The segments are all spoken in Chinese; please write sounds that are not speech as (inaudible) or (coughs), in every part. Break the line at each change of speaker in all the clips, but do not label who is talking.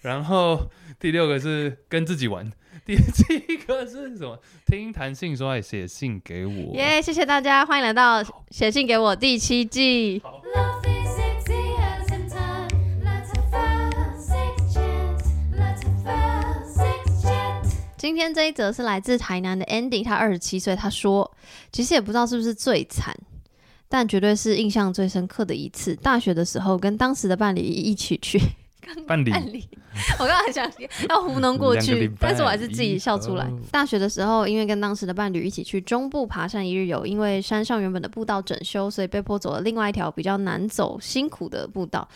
然后第六个是跟自己玩，第七个是什么？听弹性说爱写信给我。
耶、谢谢大家，欢迎来到《写信给我》第七季。
Love is sexy as in time. Let's have a six chance. Let's have a six chance.
今天这一则是来自台南的 Andy，他二十七岁，他说，其实也不知道是不是最惨，但绝对是印象最深刻的一次。大学的时候，跟当时的伴侣一起去 (laughs)
办理
办理，我刚才想要糊弄过
嗯两个礼
去
拜，
但是我还是自己笑出来
哦。
大学的时候，因为跟当时的伴侣一起去中部爬山一日游，因为山上原本的步道整修，所以被迫走了另外一条比较难走、辛苦的步道，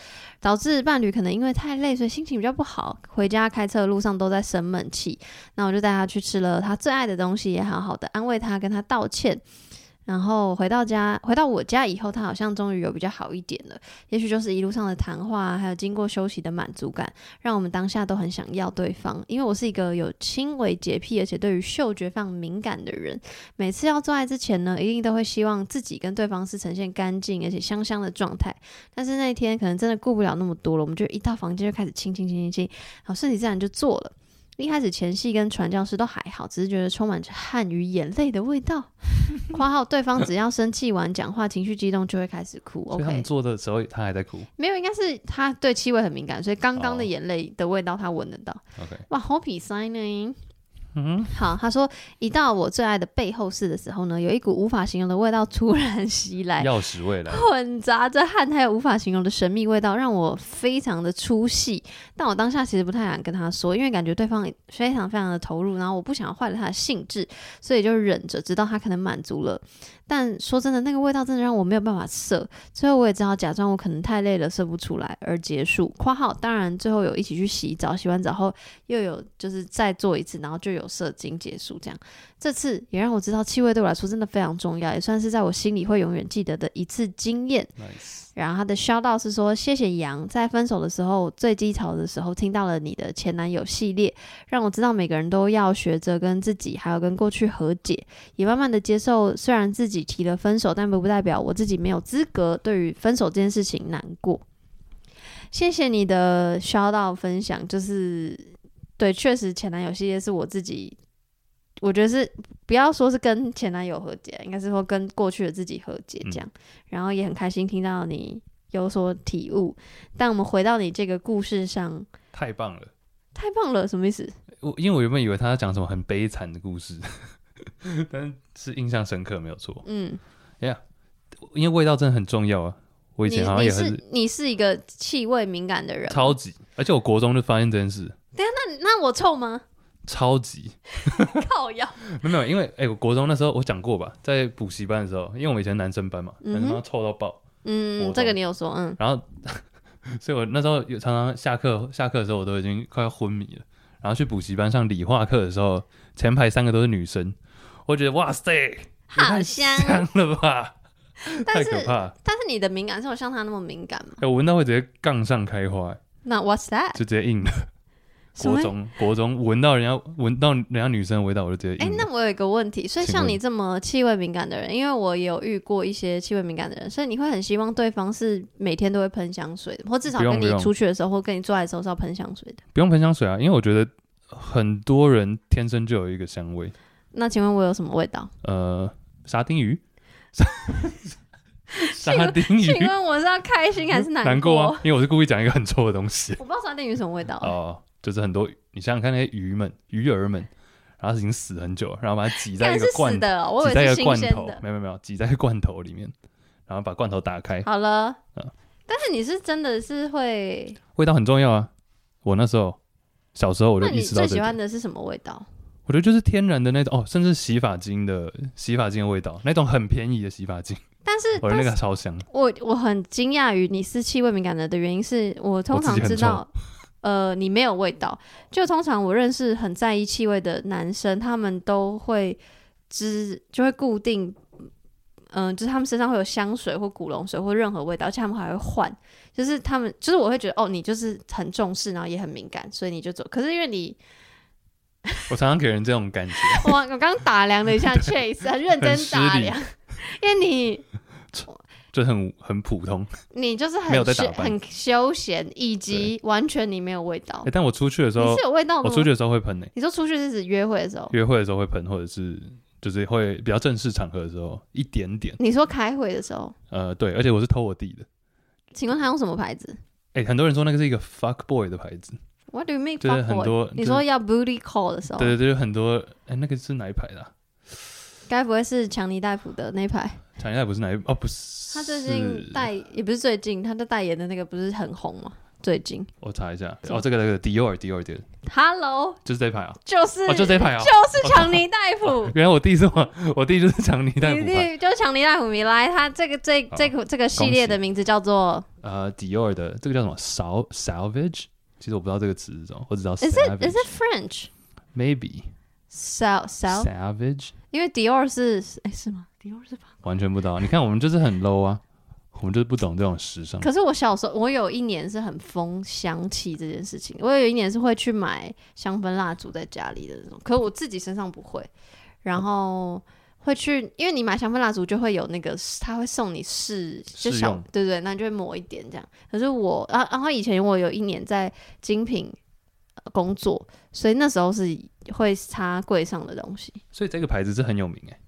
导致伴侣可能因为太累，所以心情比较不好，回家开车的路上都在生闷气。那我就带他去吃了他最爱的东西，也好好的安慰他，跟他道歉。然后回到家， (laughs) 回到我家以后，他好像终于有比较好一点了。也许就是一路上的谈话，还有经过休息的满足感，让我们当下都很想要对方。因为我是一个有轻微洁癖，而且对于嗅觉非常敏感的人，每次要做爱之前呢，一定都会希望自己跟对方是呈现干净而且香香的状态。但是那一天可能真的顾不了那么多了，我们就一到房间就开始亲亲亲亲亲，然后顺其自然就做了。一开始前戏跟传教士都还好，只是觉得充满着汗与眼泪的味道。 (laughs) （括号对方只要生气完、讲话情绪激动就会开始哭。
所以他
）OK，
们做的时候，他还在哭。
没有，应该是他对气味很敏感，所以刚刚的
哦
眼泪的味道他闻得到。
OK，
哇，好比塞呢！
嗯，
好，他说一到我最爱的背后室的时候呢，有一股无法形容的味道突然袭来，
钥匙未来。
混杂着汗还有无法形容的神秘味道，让我非常的出戏。但我当下其实不太敢跟他说，因为感觉对方非常非常的投入，然后我不想要坏了他的兴致，所以就忍着，直到他可能满足了。但说真的，那个味道真的让我没有办法射，最后我也只好假装我可能太累了，射不出来而结束。（括号当然最后有一起去洗澡，洗完澡后又有就是再做一次，然后就有射精结束这样。这次也让我知道气味对我来说真的非常重要，也算是在我心里会永远记得的一次经验。
Nice。
然后他的 shout out 是说，谢谢杨，在分手的时候最低潮的时候听到了你的前男友系列，让我知道每个人都要学着跟自己还有跟过去和解，也慢慢的接受，虽然自己提了分手，但不代表我自己没有资格对于分手这件事情难过。谢谢你的 shout out 分享，就是对，确实前男友系列是我自己。我觉得是不要说是跟前男友和解，应该是说跟过去的自己和解这样。
嗯
然后也很开心听到你有所体悟。但我们回到你这个故事上，
太棒了！
太棒了，什么意思？
我因为我原本以为他要讲什么很悲惨的故事， (laughs) 但是印象深刻没有错。
嗯，
因为味道真的很重要啊！我以
你
前好像
你
也很
是你是一个气味敏感的人，
超级，而且我国中就发现这件事，
那那我臭吗？ (laughs)
超级
靠腰，
没有没有，因为哎、我国中那时候我讲过吧，在补习班的时候，因为我们以前男生班嘛，
嗯
男
哼
生班臭到爆，
嗯，
我
这个
懂
你有说，嗯，
然后所以我那时候有常常下课下课的时候，我都已经快要昏迷了。然后去补习班上理化课的时候，前排三个都是女生，我觉得哇塞，也
好
太
香
香了吧，
但
太
是
可怕了！
但是你的敏感是有像他那么敏感吗？
哎、我闻到会直接杠上开花、欸，
那 What's that？
就直接硬了。
什么
国？中国中闻到人家闻到人家女生的味道，我就直接
哎、
硬了。
那我有一个问题，所以
请
像
问
你这么气味敏感的人，因为我也有遇过一些气味敏感的人，所以你会很希望对方是每天都会喷香水的，或至少
不用
跟你
不用
出去的时候或跟你做爱的时候是要喷香水的。
不用喷香水啊，因为我觉得很多人天生就有一个香味，
那请问我有什么味道？
(laughs) 呃，沙丁鱼，
(laughs)
沙沙丁
请
鱼，
问我是要开心还是难
难
过？
过啊，因为我是故意讲一个很臭的东西
我不知道沙丁鱼什么味道、啊
哦，就是很多你想想看那些鱼们鱼儿们，然后已经死很久了，然后把它挤在
看
一个
是
罐
死，的哦，我
挤
以
在
为是
一个
新
罐
鲜
头，
的。
没有没有没有，挤在一个罐头里面，然后把罐头打开，
好了，
嗯
但是你是真的是会？
味道很重要啊。我那时候小时候我就
那
意
你
识
最
到这
喜
点
欢，的是什么味道？
我觉得就是天然的那种哦，甚至洗发精的洗发精的味道，那种很便宜的
(laughs)
洗发精，
但是，
我
但
觉得那
是
个超香。
我我很惊讶于你是气味敏感的的原因是我通常
我自己
知
很
道。呃，你没有味道，就通常我认识很在意气味的男生，他们都会知就会固定嗯，就是他们身上会有香水或古龙水或任何味道，而且他们还会换，就是他们就是我会觉得哦，你就是很重视，然后也很敏感，所以你就走。可是因为你，
我常常给人这种感觉，
我我刚打量了一
(laughs)
下 Chase，很认真
很失
打
礼
量， (laughs) 因为你
就很很普通。
你就是
没有
很
在打
休
扮
很休闲，以及完全你没有味道
哎诶。但我出去的时
你
候
是，有味道
我
吗？
出去的时候会喷诶、欸
你说出去是指约会的时候？
约会的时候会喷，或者是就是会比较正式场合的时候一点点。
你说开会的时候？
呃，对，而且我是偷我弟的。
请问他用什么牌子
诶，很多人说那个是一个 fuck boy 的牌子，
？What do you mean？
就是很
fuckboy？
多
你
就是
说要 booty call 的时候，
对对对，有很多诶，那个是哪一排的、啊？
该不会是强尼戴普的那一排？
产业带不是哪一哦，不是。
他最近代也不是最近，他的代言的那个不是很红吗？最近
我查一下，
什么
哦，这个这个 Dior Dior Dior
，Hello，
就是这一排啊，
就是、
哦，就这一排啊。
就是强尼戴普，
原来我弟是我，我弟就是 (laughs) 强尼戴
你
普牌，哦
弟就是强尼戴普米莱，他这个这
好
这个这个系列的名字叫做
呃，Dior 的这个叫什么 sal salvage？其实我不知道这个词是什么，我只知道
Is it Is
savage
it French
maybe
Sal Sal？
savage，
因为 Dior 是哎、是吗？Dior 是吧？
完全不知道。你看我们就是很 low 啊，我们就是不懂这种时尚。
可是我小时候，我有一年是很疯香气这件事情，我有一年是会去买香氛蜡烛在家里的那种，可我自己身上不会，然后会去，因为你买香氛蜡烛就会有那个，他会送你试，就
试
小
用
对对，那你就会抹一点这样。可是我，然、啊、然后以前我有一年在精品呃工作，所以那时候是会擦柜上的东西。
所以这个牌子是很有名哎、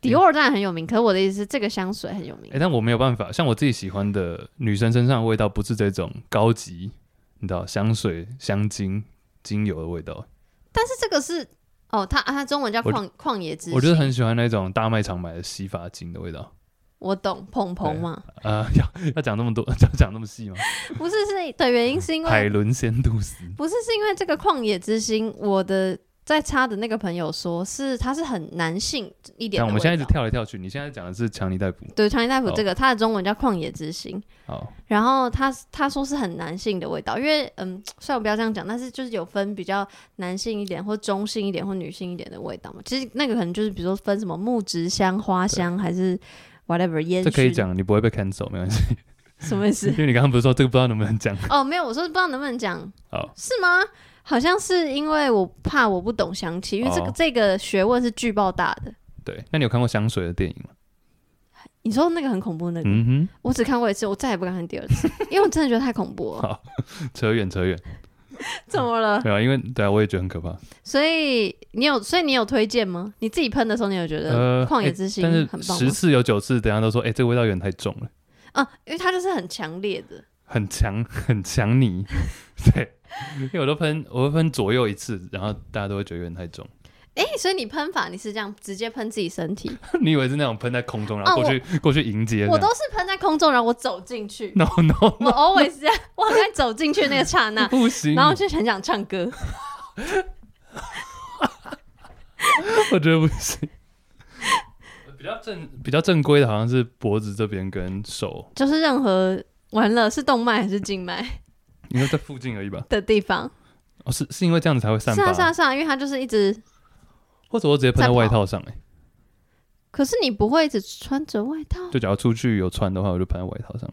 迪奥当然很有名，可是我的意思是，这个香水很有名
哎、。但我没有办法，像我自己喜欢的女生身上的味道，不是这种高级，你知道香水、香精、精油的味道。
但是这个是哦，它啊它中文叫
我
旷旷野之心。
我就是很喜欢那种大卖场买的洗发精的味道。
我懂鹏鹏嘛，
呃，要 (laughs) 要讲那么多，要讲那么细吗？
不是是的原因是因
海
为
伦仙度丝，
不是是因为这个旷野之心，我的在擦的那个朋友说是他是很男性一点的
但我们现在一
味
直
道
跳来跳去，你现在讲的是强尼戴普，
对强尼大夫
哦
这个，他的中文叫旷野之心，
好，
然后他他说是很男性的味道，因为嗯，虽然我不要这样讲，但是就是有分比较男性一点，或中性一点，或女性一点的味道嘛。其实那个可能就是比如说分什么木质香、花香，还是 whatever 烟
这
熏，
可以讲，你不会被 cancel，没关系， (laughs)
什么意思
因？为你刚刚不是说这个不知道能不
(laughs)
能讲，
哦，没有，我说不知道能不能讲，
好，
是吗？好像是因为我怕我不懂香气，因为这个、
哦
这个学问是巨爆大的。
对，那你有看过香水的电影吗？
你说那个很恐怖那个，
嗯
我只看过一次，我再也不敢看第二
(laughs)
次，因为我真的觉得太恐怖了。
哼，扯远扯远，
(laughs) 怎么了？
没有，因为对啊，我也觉得很可怕，
所以你有，所以你有推荐吗？你自己喷的时候，你有觉得
呃，
旷野
诶
之 (laughs) 心
但是
很棒
十
吗？
次有九次，等一下都说，哎、这个味道有点太重了，
啊，因为它就是很强烈的。
很强很强你， (laughs) 对，因为我都喷，我会喷左右一次，然后大家都会觉得有点太重， (laughs)
哎、所以你喷法你是这样直接喷自己身体，
你以为是那种喷在空中，然
哦
后过去、过去迎接这样，
我都是喷在空中，然后我走进去，
(laughs) no no，
(laughs) 我 always 这样，我好像走进去那个刹那
(laughs) 不行，啊
然后就很想唱歌。
(laughs) 我觉得不行。比较正比较正规的，好像是脖子这边跟手，
就是任何完了是动脉还是静脉
应该在附近而已吧？
的地方，
哦，是是因为这样子才会散
是
发，
啊是啊是啊，因为它就是一直，
或者我直接喷在
在跑
外套上、欸，
可是你不会一直穿着外套，
就假如出去有穿的话，我就喷在外套上。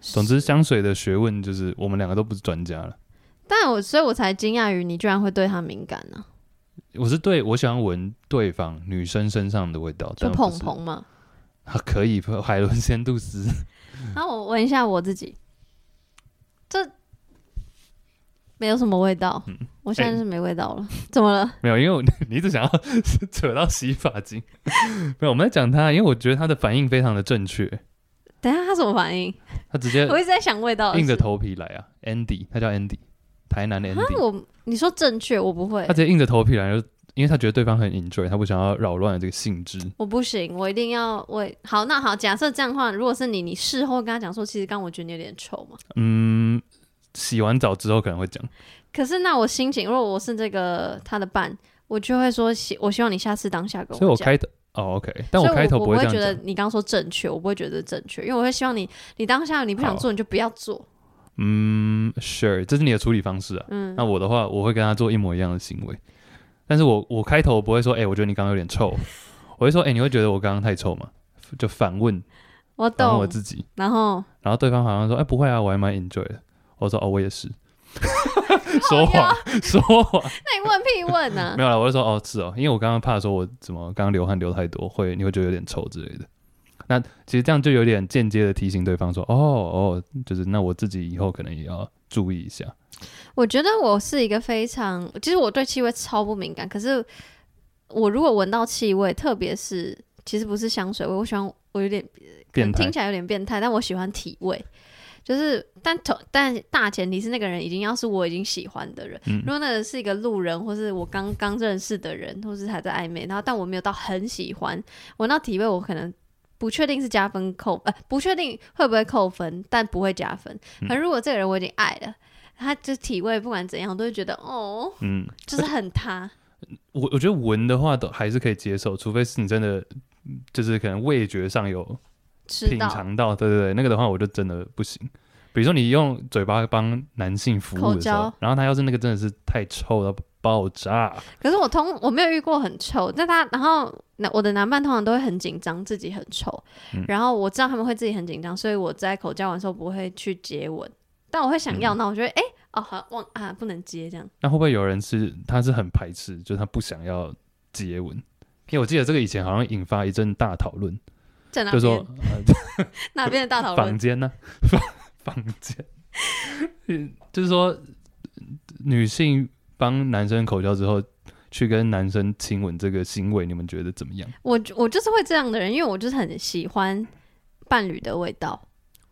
总之，香水的学问就是我们两个都不是专家了。
但我所以我才惊讶于你居然会对它敏感啊呢、
我是对我喜欢闻对方女生身上的味道，
就
但我不
捧
是
捧嘛。
啊，可以海伦仙度丝，嗯
然后我闻一下我自己，这没有什么味道，
嗯
我现在是没味道了，怎么了？
(laughs) 没有，因为我 (laughs) 你一直想要扯到洗发精， (laughs) 没有，我们在讲它，因为我觉得它的反应非常的正确，
等一下他什么反应？
它直接
我一直在想味道的事，
呃硬着头皮来啊，Andy，他叫 Andy，台南的
哦啊
Andy，
我你说正确，我不会
他，直接硬着头皮来，就因为他觉得对方很 enjoy，他不想
嗯
要扰乱这个性质。
我不行，我一定要我好。那好，假设这样的话，如果是你，你事后跟他讲说，其实刚刚我觉得你有点臭嘛。
嗯，洗完澡之后可能会讲，
可是那我心情，如果我是这个他的伴，我就会说希，我希望你下次当下跟
所以我
我讲。
开头哦 OK，但
所以
开头
我
会
会
这
觉得
样讲。
你刚刚说正确，我不会觉得正确，因为我会希望你，你当下你不想
好
做，你就不要做。
嗯，Sure，这是你的处理方式啊。
嗯，
那我的话，我会跟他做一模一样的行为，但是我我开头不会说，哎、我觉得你刚刚有点臭，我会说，哎、你会觉得我刚刚太臭吗？就反问
我
反问
懂
我。自己，
然后
然后对方好像说：“哎、不会啊，我还蛮 enjoy 的。”我说：“哦，我
(laughs)
也是。”说谎，说谎，
哎
(laughs)
那你问屁问啊呢、
没有了。我就说：“哦，是哦，因为我刚刚怕说我怎么刚刚流汗流太多，会你会觉得有点臭之类的。”那其实这样就有点间接的提醒对方说：“哦哦，就是那我自己以后可能也要注意一下。
嗯我觉得我是一个非常，其实我对气味超不敏感，可是我如果闻到气味，特别是其实不是香水味，我喜欢我有点”
变态
听起来有点变态，但我喜欢体味。就是，但同但大前提是那个人已经要是我已经喜欢的人，
嗯
如果那个是一个路人，或是我刚刚认识的人，或是还在暧昧，然后但我没有到很喜欢，闻到体味我可能不确定是加分扣，呃，不确定会不会扣分，但不会加分。
嗯
可如果这个人我已经爱了，他就体味不管怎样，我都会觉得哦，
嗯，
就是很
(laughs)
他，
我我觉得闻的话都还是可以接受，除非是你真的嗯就是可能味觉上有
吃
品
到
尝到，对对对，那个的话我就真的不行。比如说你用嘴巴帮男性服务的时
口
候
交，
然后他要是那个真的是太臭到爆炸，
可是我通我没有遇过很臭，但他然后那我的男伴通常都会很紧张，自己很臭，
嗯
然后我知道他们会自己很紧张，所以我在口交完的时候不会去接吻，但我会想
嗯
要，那、我觉得哎、哦好忘啊不能接这样，
那会不会有人是他是很排斥，就是他不想要接吻？因为我记得这个以前好像引发一阵大讨论，
在哪
就说
边哪边的大讨
房
论，
间呢、房房间，嗯就是说嗯女性帮男生口交之后，去跟男生亲吻这个行为，你们觉得怎么样？
我我就是会这样的人，因为我就是很喜欢伴侣的味道，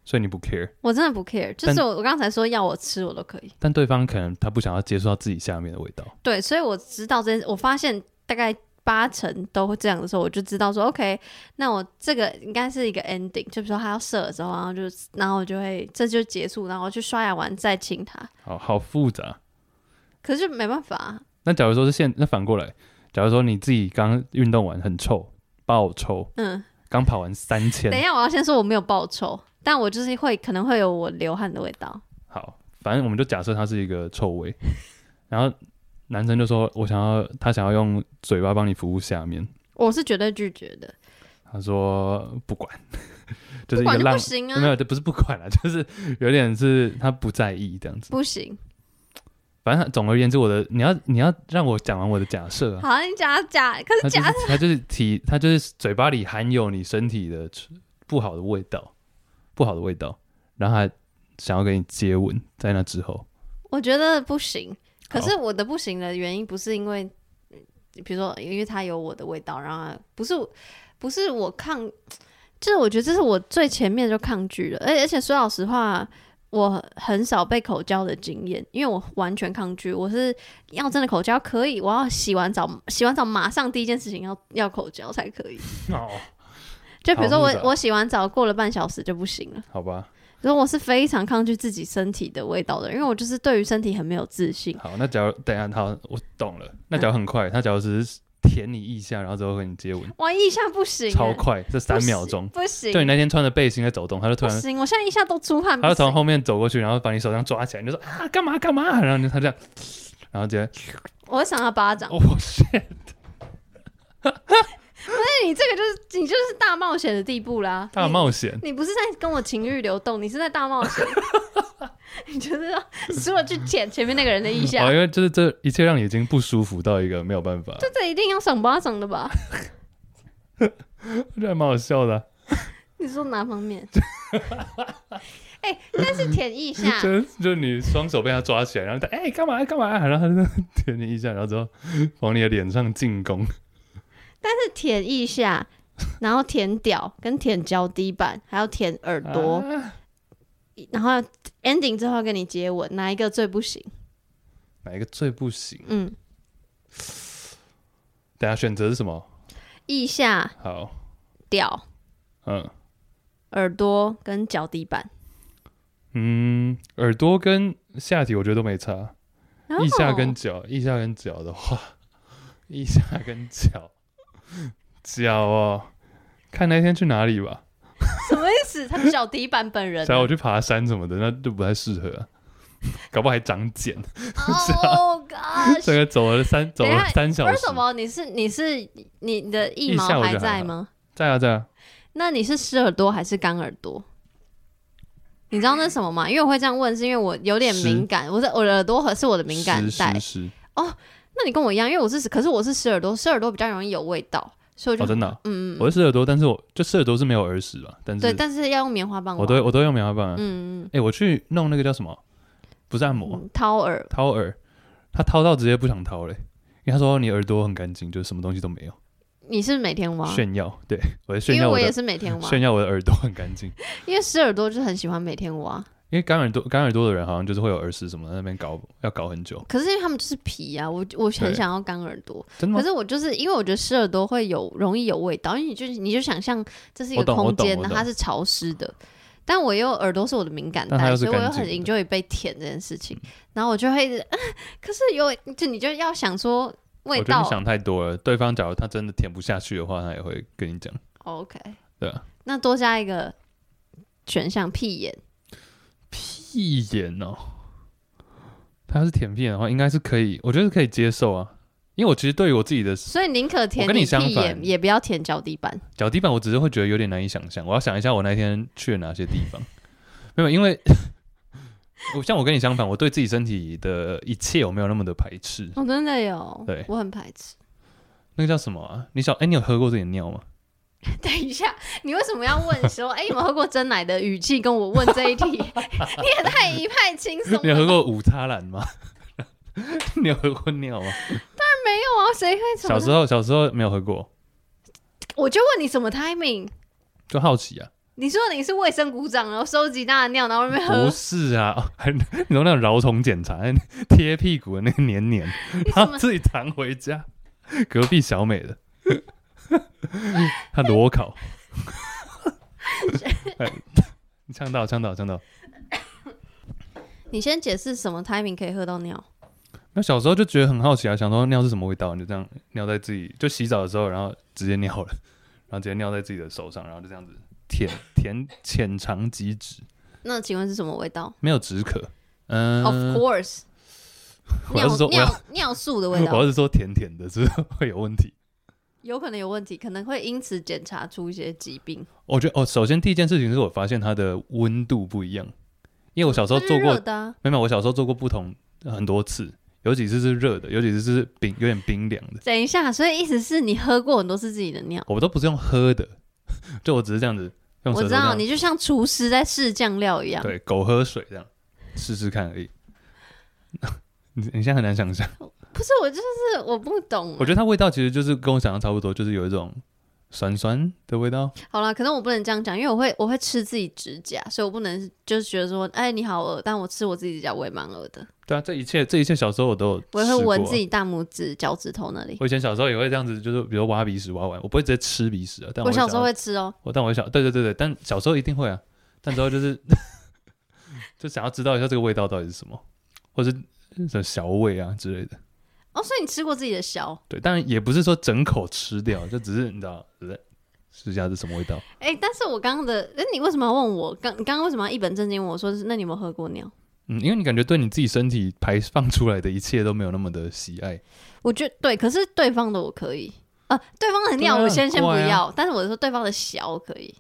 所以你不 care，
我真的不 care，就
但
是我我刚才说要我吃我都可以，
但对方可能他不想要接触到自己下面的味道，
对，所以我知道这件事，我发现大概八成都会这样的时候，我就知道说，OK，那我这个应该是一个 ending，就比如说他要射的时候，然后就然后我就会这就结束，然后去刷牙完再亲他，
好好复杂。
可是就没办法啊，
那假如说是现，那反过来，假如说你自己刚运动完很臭，爆臭，
嗯，
刚跑完三
等一
千，
下我要先说我没有报仇，但我就是会可能会有我流汗的味道，
好，反正我们就假设它是一个臭味，然后男生就说：“我想要，他想要用嘴巴帮你服务下面。”
我是绝对拒绝的，
他说不管，
不
就是一个
管就
浪
不，行
没
啊，
有，这不是不管了、就是有点是他不在意这样子。
不行，
反正他总而言之，我的你要你要让我讲完我的假设啊，
好，你假假，可
(laughs) 他
是
就
假
是他就是体他就是嘴巴里含有你身体的不好的味道，不好的味道，然后他想要跟你接吻，在那之后，
我觉得不行。可是我的不行的原因不是因为，嗯比如说因为它有我的味道，然后不是不是我抗，就是我觉得这是我最前面就抗拒了。而而且说老实话，我很少被口交的经验，因为我完全抗拒。我是要真的口交可以，我要洗完澡，洗完澡马上第一件事情要要口交才可以。
哦，
就比如说
好
我
复杂
我洗完澡过了半小时就不行了。
好吧，
所以我是非常抗拒自己身体的味道的，因为我就是对于身体很没有自信。
好，那假如等一下好，我懂了，那假如很快，他假如只是舔你一下，然后之后跟你接吻，
我一下不行欸，
超快，这三
不行
秒钟。
不行，
就你那天穿着背心在走动，他就突
不
然
行，我现在一下都出汗，
他就
不行
从后面走过去，然后把你手上抓起来，你就说啊干嘛干嘛，然后你他这样，然后直接
我想要巴掌。
哦 shit，
哎那你这个就是你就是大冒险的地步啦，
(laughs) 大冒险，
你。你不是在跟我情欲流动，你是在大冒
(laughs)
险。你就是要除了去舔前面那个人的腋下
哦，，因为就是这一切让你已经不舒服到一个没有办法，
这这一定要赏巴掌的吧？
这还蛮好笑的啊、
你说哪方
(laughs)
面？哎、但是舔腋下，
(laughs) 就是就是你双手被他抓起来，然后他哎干嘛干嘛，然后他就 (laughs) 舔你一下，然后之后往你的脸上进攻，
但是舔腋下，然后舔屌，跟舔脚底板，还有舔耳朵，
啊
然后 ending 之后要跟你接吻，哪一个最不行？
哪一个最不行？
嗯，
等一下选择是什么？
腋下、
好，
屌、
嗯
耳朵跟脚底板。
嗯，耳朵跟下体我觉得都没差。
哦然后
腋下跟脚，腋下跟脚的话， (laughs) 腋下跟脚，脚哦，看那天去哪里吧。
什么意思？他脚底板本人啊
假如我去爬山什么的，那就不太适合、啊，搞不好还长
(laughs)
茧。
哦
这
gosh，
个走了三走
等一
了
下
三小
为
时
什，么你是你是你的腋毛
腋下我觉
还
得还
在
好
吗？
在啊在啊，
那你是湿耳朵还是干耳朵？你知道那是什么吗？因为我会这样问，是因为我有点
湿
敏感，我的我的耳朵和是我的敏感
湿
带
湿。湿
那你跟我一样，因为我是，可是我是湿耳朵，湿耳朵比较容易有味道，所以我
哦，
就、
真的啊、
嗯，
我是湿耳朵，但是我就湿耳朵是没有耳屎吧？但
对，
是
但是要用棉花棒。
我都会我都用棉花棒、啊。
嗯嗯
哎、我去弄那个叫什么？不是按摩，
嗯，掏耳，
掏耳，他掏到直接不想掏嘞，因为他说你耳朵很干净，就是什么东西都没有。
你是每天挖？
炫耀，对我在炫
因为
耀
我
我
也
的
是每天挖，
炫耀我的耳朵很干净，
因为湿耳朵就是很喜欢每天挖，
因为干耳朵干耳朵的人好像就是会有耳屎什么的，那边搞要搞很久，
可是因为他们就是皮啊，我我很
对嗯
想要干耳朵，
真的
可
吗？
是我就是因为我觉得湿耳朵会有容易有味道，因为你就你就想象这是一
我
个
懂我
空
懂
间，
我
然
懂
后它是潮湿的，但我又耳朵是我的敏感
但它
带，
又是
所以我又
干净
很
的嗯
enjoy 被舔这件事情，然后我就会一直， (laughs) 可是有就你就要想说味
我觉得
道
你想太多了。对方假如他真的舔不下去的话，他也会跟你讲。
o k
对啊，
哦那多加一个选项屁眼，
屁眼哦，他要是舔屁眼的话，应该是可以，我觉得是可以接受啊。因为我其实对于我自己的
所以宁可舔
跟你相
屁眼，
反
也不要舔脚底板。
脚底板，我只是会觉得有点难以想象。我要想一下我那天去了哪些地方。没有，因为 (laughs) 我像我跟你相反，我对自己身体的一切我没有那么的排斥。
我、哦真的有，
对
我很排斥。 (laughs)
那个叫什么啊？你小哎、你有喝过自己的尿吗？
等一下，你为什么要问说， (laughs) 哎、有没有喝过真奶的语气跟我问这一
(laughs)
题？你也太一派轻松了。
你有喝过五叉兰吗？ (laughs) 你有喝过尿吗？
没有啊？谁会什么？
小时候小时候没有喝过，
我就问你什么 timing？
就好奇啊。
你说你是卫生股长，然后收集大家的尿，然后 (laughs) 那边喝
不，是啊， (laughs) 哦还你说那种蛲虫检查 (laughs) 贴屁股的那个黏黏，然后自己扛回家，隔壁小美的， (laughs) 他
(laughs)
裸考，哎 (laughs) 呛到呛到呛到。
你先解释什么 timing 可以喝到尿？
那小时候就觉得很好奇啊，想说尿是什么味道，你就这样尿在自己就洗澡的时候，然后直接尿了，然后直接尿在自己的手上，然后就这样子舔舔浅尝即止，
那请问是什么味道、
没有止渴。嗯、
o f course，
(laughs) 我要是说
尿
我要
尿尿素的味
我要
道，
是说甜甜的，是不是会有问题？
有可能有问题，可能会因此检查出一些疾病。
我觉得哦，首先第一件事情是我发现它的温度不一样，因为我小时候
这是
做过
热，的啊、
没有，我小时候做过不同呃很多次，有几次是热的，有几次是冰，有点冰凉的，
等一下，所以意思是你喝过很多次自己的尿。
我都不是用喝的， (laughs) 就我只是这样子用舌
我
头
知
这样
道，你就像厨师在试酱料一样。
对狗喝水这样试试看而已。 (laughs) 你你现在很难想象，
不是我就是我不懂
我。觉得它味道其实就是跟我想象差不多，就是有一种酸酸的味道。
欸好了，可能我不能这样讲，因为我会我会吃自己指甲，所以我不能就是觉得说，哎，你好饿，但我吃我自己指甲我也蛮饿的，
对啊，这一切这一切小时候我都有
我也
试
会
过
闻
啊
自己大拇指、脚趾头那里。
我以前小时候也会这样子，就是比如挖鼻屎挖完，我不会直接吃鼻屎啊，但
我
想
小时候
要
会吃哦、
我但我小对对对对，但小时候一定会啊，但之后就是
(laughs)
就想要知道一下这个味道到底是什么，或是什么小味啊之类的。
哦，所以你吃过自己的小？
对，当然也不是说整口吃掉，就只是你知道，呃试一下是什么味道。
哎、但是我刚刚的，哎、你为什么要问我？刚你刚刚为什么要一本正经问我说是，那你有没有喝过尿？
嗯，因为你感觉对你自己身体排放出来的一切都没有那么的喜爱，
我觉得对，可是对方的我可以，呃，对方的
对啊
尿我先先
很
不
怪啊
要，但是我说对方的小我可以，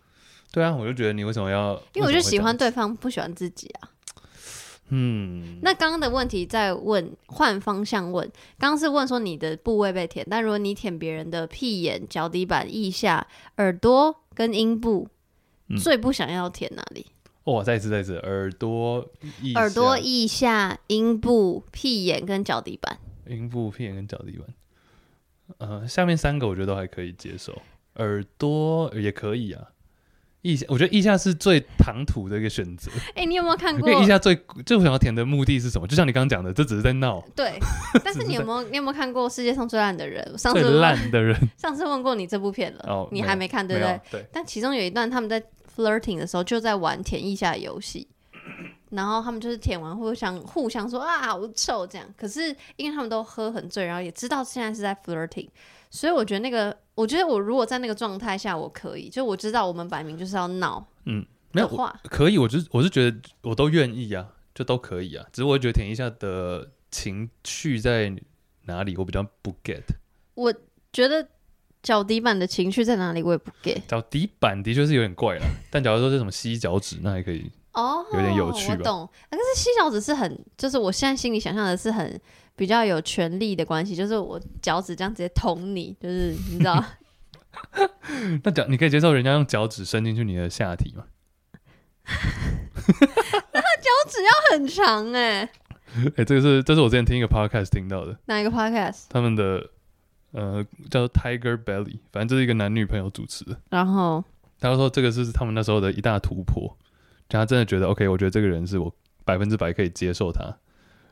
对啊，我就觉得你为什么要？
因为我就
什么会
喜欢
这
对
样子，
方，不喜欢自己啊。
嗯，
那刚刚的问题再问换方向问，刚刚是问说你的部位被舔，但如果你舔别人的屁眼、脚底板、腋下、耳朵跟阴部，
嗯
最不想要舔哪里？
哇、再一次再一次，耳朵、腋
耳朵、
下
腋下、阴部、屁眼跟脚底板。
阴部、屁眼跟脚底板。呃，下面三个我觉得都还可以接受，耳朵也可以啊。腋下，我觉得腋下是最唐突的一个选择，
(laughs) 哎、你有没有看
因
过
为？ (laughs) 腋下最最想要填的目的是什么？就像你刚刚讲的，这只是在闹。 (laughs)
对，但是你有没 (laughs) 有你有没有看过世界上最烂的人？上
最
次问
烂的人
(laughs) 上次问过你这部片了，
哦
你
没有
还没看对
没
不对
有？对，
但其中有一段他们在 flirting 的时候就在玩舔一下游
(coughs)
戏，然后他们就是舔完互相互相说啊好臭这样，可是因为他们都喝很醉，然后也知道现在是在 flirting，所以我觉得那个，我觉得我如果在那个状态下我可以，就我知道我们摆明就是要闹
没
的
有我
话，
可以，我就是我是觉得我都愿意啊，就都可以啊。只是我觉得舔一下的情趣在哪里，我比较不 get。
我觉得脚底板的情绪在哪里，我也不 get。
脚底板的确是有点怪了，但假如说是什么吸脚趾，那还可以。
哦，
有点有趣
我
吧
懂。啊可是吸脚趾是很，就是我现在心里想象的是很比较有权力的关系，就是我脚趾这样直接捅你，就是你知道
那脚你可以接受人家用脚趾伸进去你的下体吗？ (laughs)
很长哎、
哎、这个是这是我之前听一个 podcast 听到的，
哪一个 podcast？
他们的呃叫做 Tiger Belly，反正这是一个男女朋友主持的。
然后
他说这个是他们那时候的一大突破，就他真的觉得 OK，我觉得这个人是我百分之百可以接受他，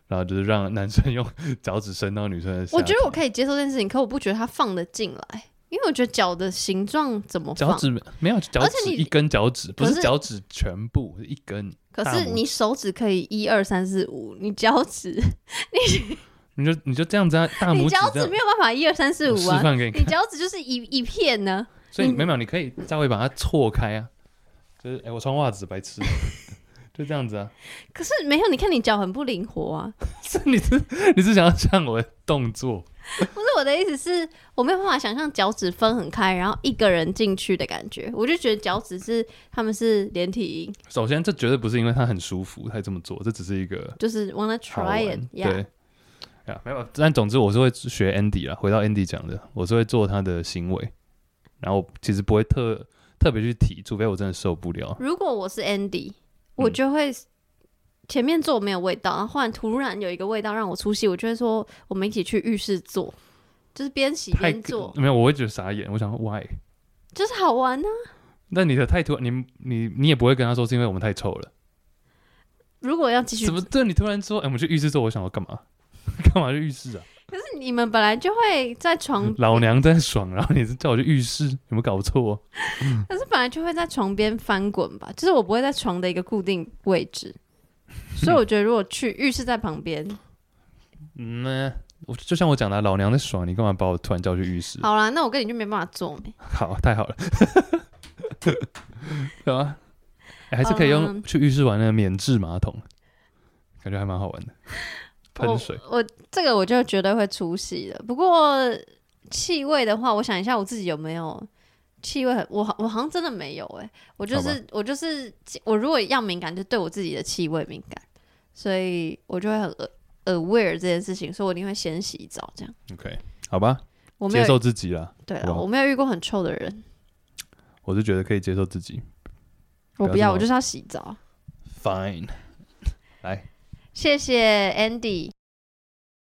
然后就是让男生用脚趾伸到女生的下体。
我觉得我可以接受这件事情，可我不觉得它放得进来，因为我觉得脚的形状怎么
脚
放，
趾没没有脚
而且
趾
你
一根脚趾，不
可
是
是
脚趾全部，是一根。
可
大拇
是
指
你手指可以一二三四五，你脚趾
你就你就这样子、啊，大拇
你
指
脚
这
趾
样
没。有办法一二三四
我
五
示
啊，
范给你看
你，脚趾就是一一片呢、
所以
你
没有，你可以稍微把它错开啊。就是哎、诶我穿袜子，白痴， (laughs) 就这样子啊。 (laughs)
可是没有，你看你脚很不灵活啊。
是你是你是想要像我的动作？
不是我的意思是，我没有办法想象脚趾分很开，然后一个人进去的感觉。我就觉得脚趾是他们是连体婴，
首先，这绝对不是因为它很舒服才这么做，这只是一个
就是 wanna
好玩
try it，
对
yeah，。
呀，没有，但总之我是会学 Andy 啦。回到 Andy 讲的，我是会做他的行为，然后其实不会特特别去提，除非我真的受不了。
如果我是
嗯
Andy，我就会前面坐没有味道，然后忽然突然有一个味道让我出戏，我就会说我们一起去浴室坐，就是边洗
太
边做，
没有，我会觉得傻眼，我想说 why？
就是好玩啊呢、
那你的态度，你你你也不会跟他说是因为我们太臭了。
如果要继续
怎，么对你突然说，哎、我们去浴室做？我想我干嘛？ (laughs) 干嘛去浴室啊？
可是你们本来就会在床，
(laughs) 老娘在爽，然后你是叫我去浴室，有没有搞错？
可是本来就会在床边翻滚吧，就是我不会在床的一个固定位
(laughs)
置，所以我觉得如果去浴室在旁边，
嗯呢、我就像我讲的啊，老娘在爽，你干嘛把我突然叫去浴室？
好啦，那我跟你就没办法做没。
好，太好了， (laughs) 对啊，哎还是可以
好啦
用去浴室玩的免治马桶，感觉还蛮好玩
哦
的，喷水。
我，我这个我就绝对会出戏的。不过气味的话，我想一下我自己有没有气味很，我好我好像真的没有哎、我就
好
是我就是我如果要敏感，就对我自己的气味敏感，所以我就会很 a- aware 这件事情，所以我一定会先洗澡这样。
OK，好吧，
我没
接
有
受自己啦，
对
好
了，
吧
我没有遇过很臭的人，
我是觉得可以接受自己
我不要，
不要这么
我就是要洗澡。
，Fine。
谢谢 Andy，